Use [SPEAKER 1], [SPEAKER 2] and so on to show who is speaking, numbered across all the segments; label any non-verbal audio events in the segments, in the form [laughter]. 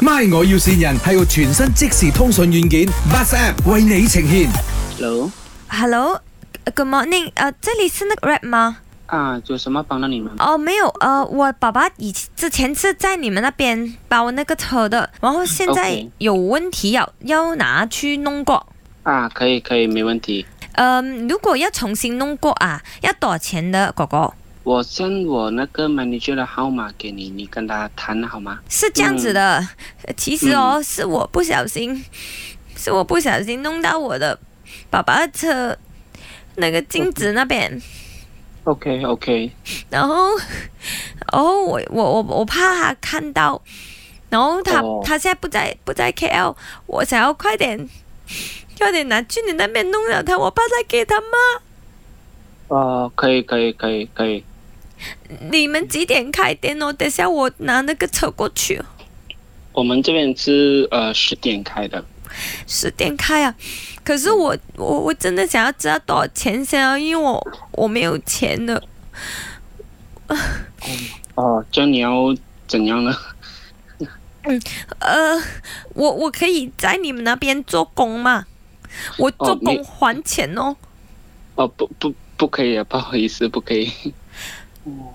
[SPEAKER 1] My 我要善人係個全新即時通訊軟件 Bus App 為你呈現。
[SPEAKER 2] Hello，
[SPEAKER 3] Hello，Good morning，呃，这里是那个 Rap 吗？
[SPEAKER 2] 啊，有什么帮到你们？
[SPEAKER 3] 哦，没有，呃，我爸爸以之前是在你们那边包那个车的，然后现在
[SPEAKER 2] OK
[SPEAKER 3] 有问题要要拿去弄过。
[SPEAKER 2] 啊，可以可以，没问题。
[SPEAKER 3] 嗯，如果要重新弄过啊，要多少钱的，哥哥？
[SPEAKER 2] 我 send 我那个 manager 的号码给你，你跟他谈好吗？
[SPEAKER 3] 是这样子的，其实哦，是我不小心，是我不小心弄到我的爸爸的车那个镜子那边。
[SPEAKER 2] OK OK，
[SPEAKER 3] 然后， [laughs] 然后我我我我怕他看到，然后他、
[SPEAKER 2] 哦
[SPEAKER 3] 他现在不在不在 KL，我想要快点快点拿去你那边弄了他，我怕他给他骂。
[SPEAKER 2] 哦，可以可以可以可以，
[SPEAKER 3] 你们几点开店哦？等下我拿那个车过去，哦
[SPEAKER 2] 我们这边是呃十点开的。
[SPEAKER 3] 十点开啊。可
[SPEAKER 2] 嗯
[SPEAKER 3] 是我我我真的想要知道多少钱先啊，因为我我没有钱的。
[SPEAKER 2] 哦，这样你要怎样呢？ [laughs]
[SPEAKER 3] 呃，我我可以在你们那边做工嘛？我做
[SPEAKER 2] 哦没
[SPEAKER 3] 工还钱哦，
[SPEAKER 2] 哦，不不不可以啊，不好意思，不可以。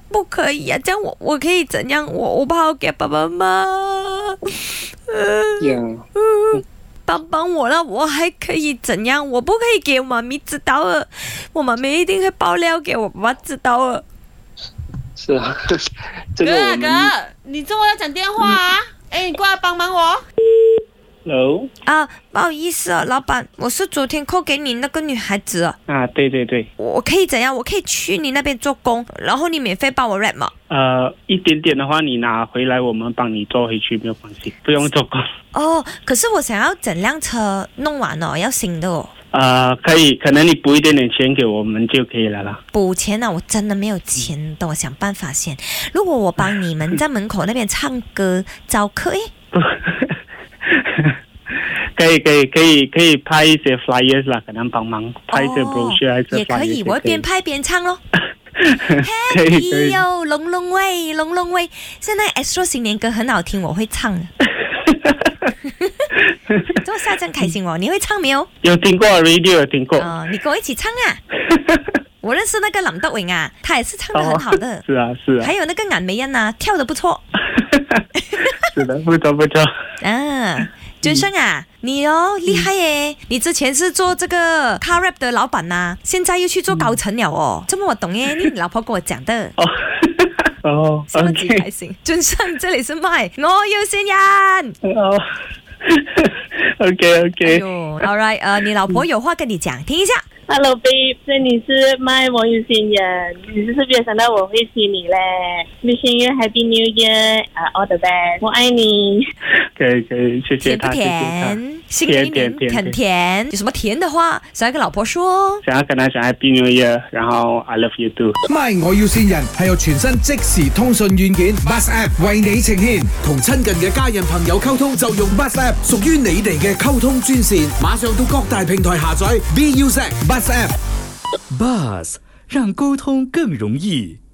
[SPEAKER 3] 不可以啊！这样我我可以怎样？我我怕我给爸爸妈 [laughs] 妈
[SPEAKER 2] Yeah，
[SPEAKER 3] 帮帮我了，我还可以怎样？我不可以给我妈咪知道了，我妈咪一定会爆料给我爸爸知道啊了。
[SPEAKER 2] [laughs] 是啊， [laughs] 这个
[SPEAKER 4] 哥
[SPEAKER 2] 我
[SPEAKER 4] 哥
[SPEAKER 2] 们。，
[SPEAKER 4] 你中午要讲电话啊！哎、你过来帮忙我。
[SPEAKER 2] Hello，
[SPEAKER 3] 啊，不好意思啊，老板，我是昨天扣给你那个女孩子啊，
[SPEAKER 5] 啊，对对对，
[SPEAKER 3] 我我可以怎样？我可以去你那边做工，然后你免费帮我 rap 吗？
[SPEAKER 5] 呃，一点点的话，你拿回来，我们帮你做回去，没有关系，不用做工。
[SPEAKER 3] 哦，可是我想要整辆车弄完哦，要新的哦。
[SPEAKER 5] 呃，可以，可能你补一点点钱给我们就可以了啦。 [laughs]
[SPEAKER 3] 补钱啊，我真的没有钱，等我想办法先。如果我帮你们在门口那边唱歌招客，诶，
[SPEAKER 5] 不可以可以可以可以拍一些 flyers 啦，可能帮忙拍一些
[SPEAKER 3] 哦
[SPEAKER 5] brochure 还是 flyers
[SPEAKER 3] 也可以，我会边拍边唱 [laughs] 咯。
[SPEAKER 5] [laughs] 可以可
[SPEAKER 3] 哎
[SPEAKER 5] 以。
[SPEAKER 3] 呦，龙龙喂，龙龙喂！现在 S 说新年歌很好听，我会唱 [laughs] 的。这么下真开心哦，你会唱没有？
[SPEAKER 5] 有听过 radio 有听过，
[SPEAKER 3] 哦、你跟我一起唱 [laughs] 啊！我认识那个林德伟啊，他也是唱的很好的。
[SPEAKER 5] [laughs] 是啊是啊
[SPEAKER 3] 还有那个俺梅恩啊，跳的不错。
[SPEAKER 5] 是的，不错不错。，
[SPEAKER 3] 啊，尊生啊，你哦厉害耶！你之前是做这个 car rap 的老板呐、现在又去做高层了哦。这么我懂耶，你老婆跟我讲的 [laughs]
[SPEAKER 5] 哦哦
[SPEAKER 3] 是不是极开
[SPEAKER 5] ，OK
[SPEAKER 3] 心？尊生，这里是麦，我要新
[SPEAKER 5] [laughs]
[SPEAKER 3] 人。
[SPEAKER 5] 哦 OK
[SPEAKER 3] 哎
[SPEAKER 5] OK
[SPEAKER 3] 呦。，All right，呃，你老婆有话跟你讲，听一下。
[SPEAKER 6] Hello babe，这里是卖我有心人，你是不是没有想到我会吸你嘞？Wishing you happy New Year，啊、a l l the best，我爱你。
[SPEAKER 5] 可以可以，谢
[SPEAKER 3] 甜
[SPEAKER 5] 谢
[SPEAKER 3] 不
[SPEAKER 5] 他，谢谢他。
[SPEAKER 3] 甜？新的一年
[SPEAKER 5] 甜甜
[SPEAKER 3] 很甜，有什么甜的话想要跟老婆说哦？
[SPEAKER 5] 想要跟他讲 Happy New Year，然后 I love you too。
[SPEAKER 1] My 我要善人係個全新即時通訊軟件 Bus App 為你呈現，同親近嘅家人朋友溝通就用 Bus App，屬於你哋嘅溝通專線。馬上到各大平台下載 BUZ Bus App。
[SPEAKER 7] Buzz 让沟通更容易。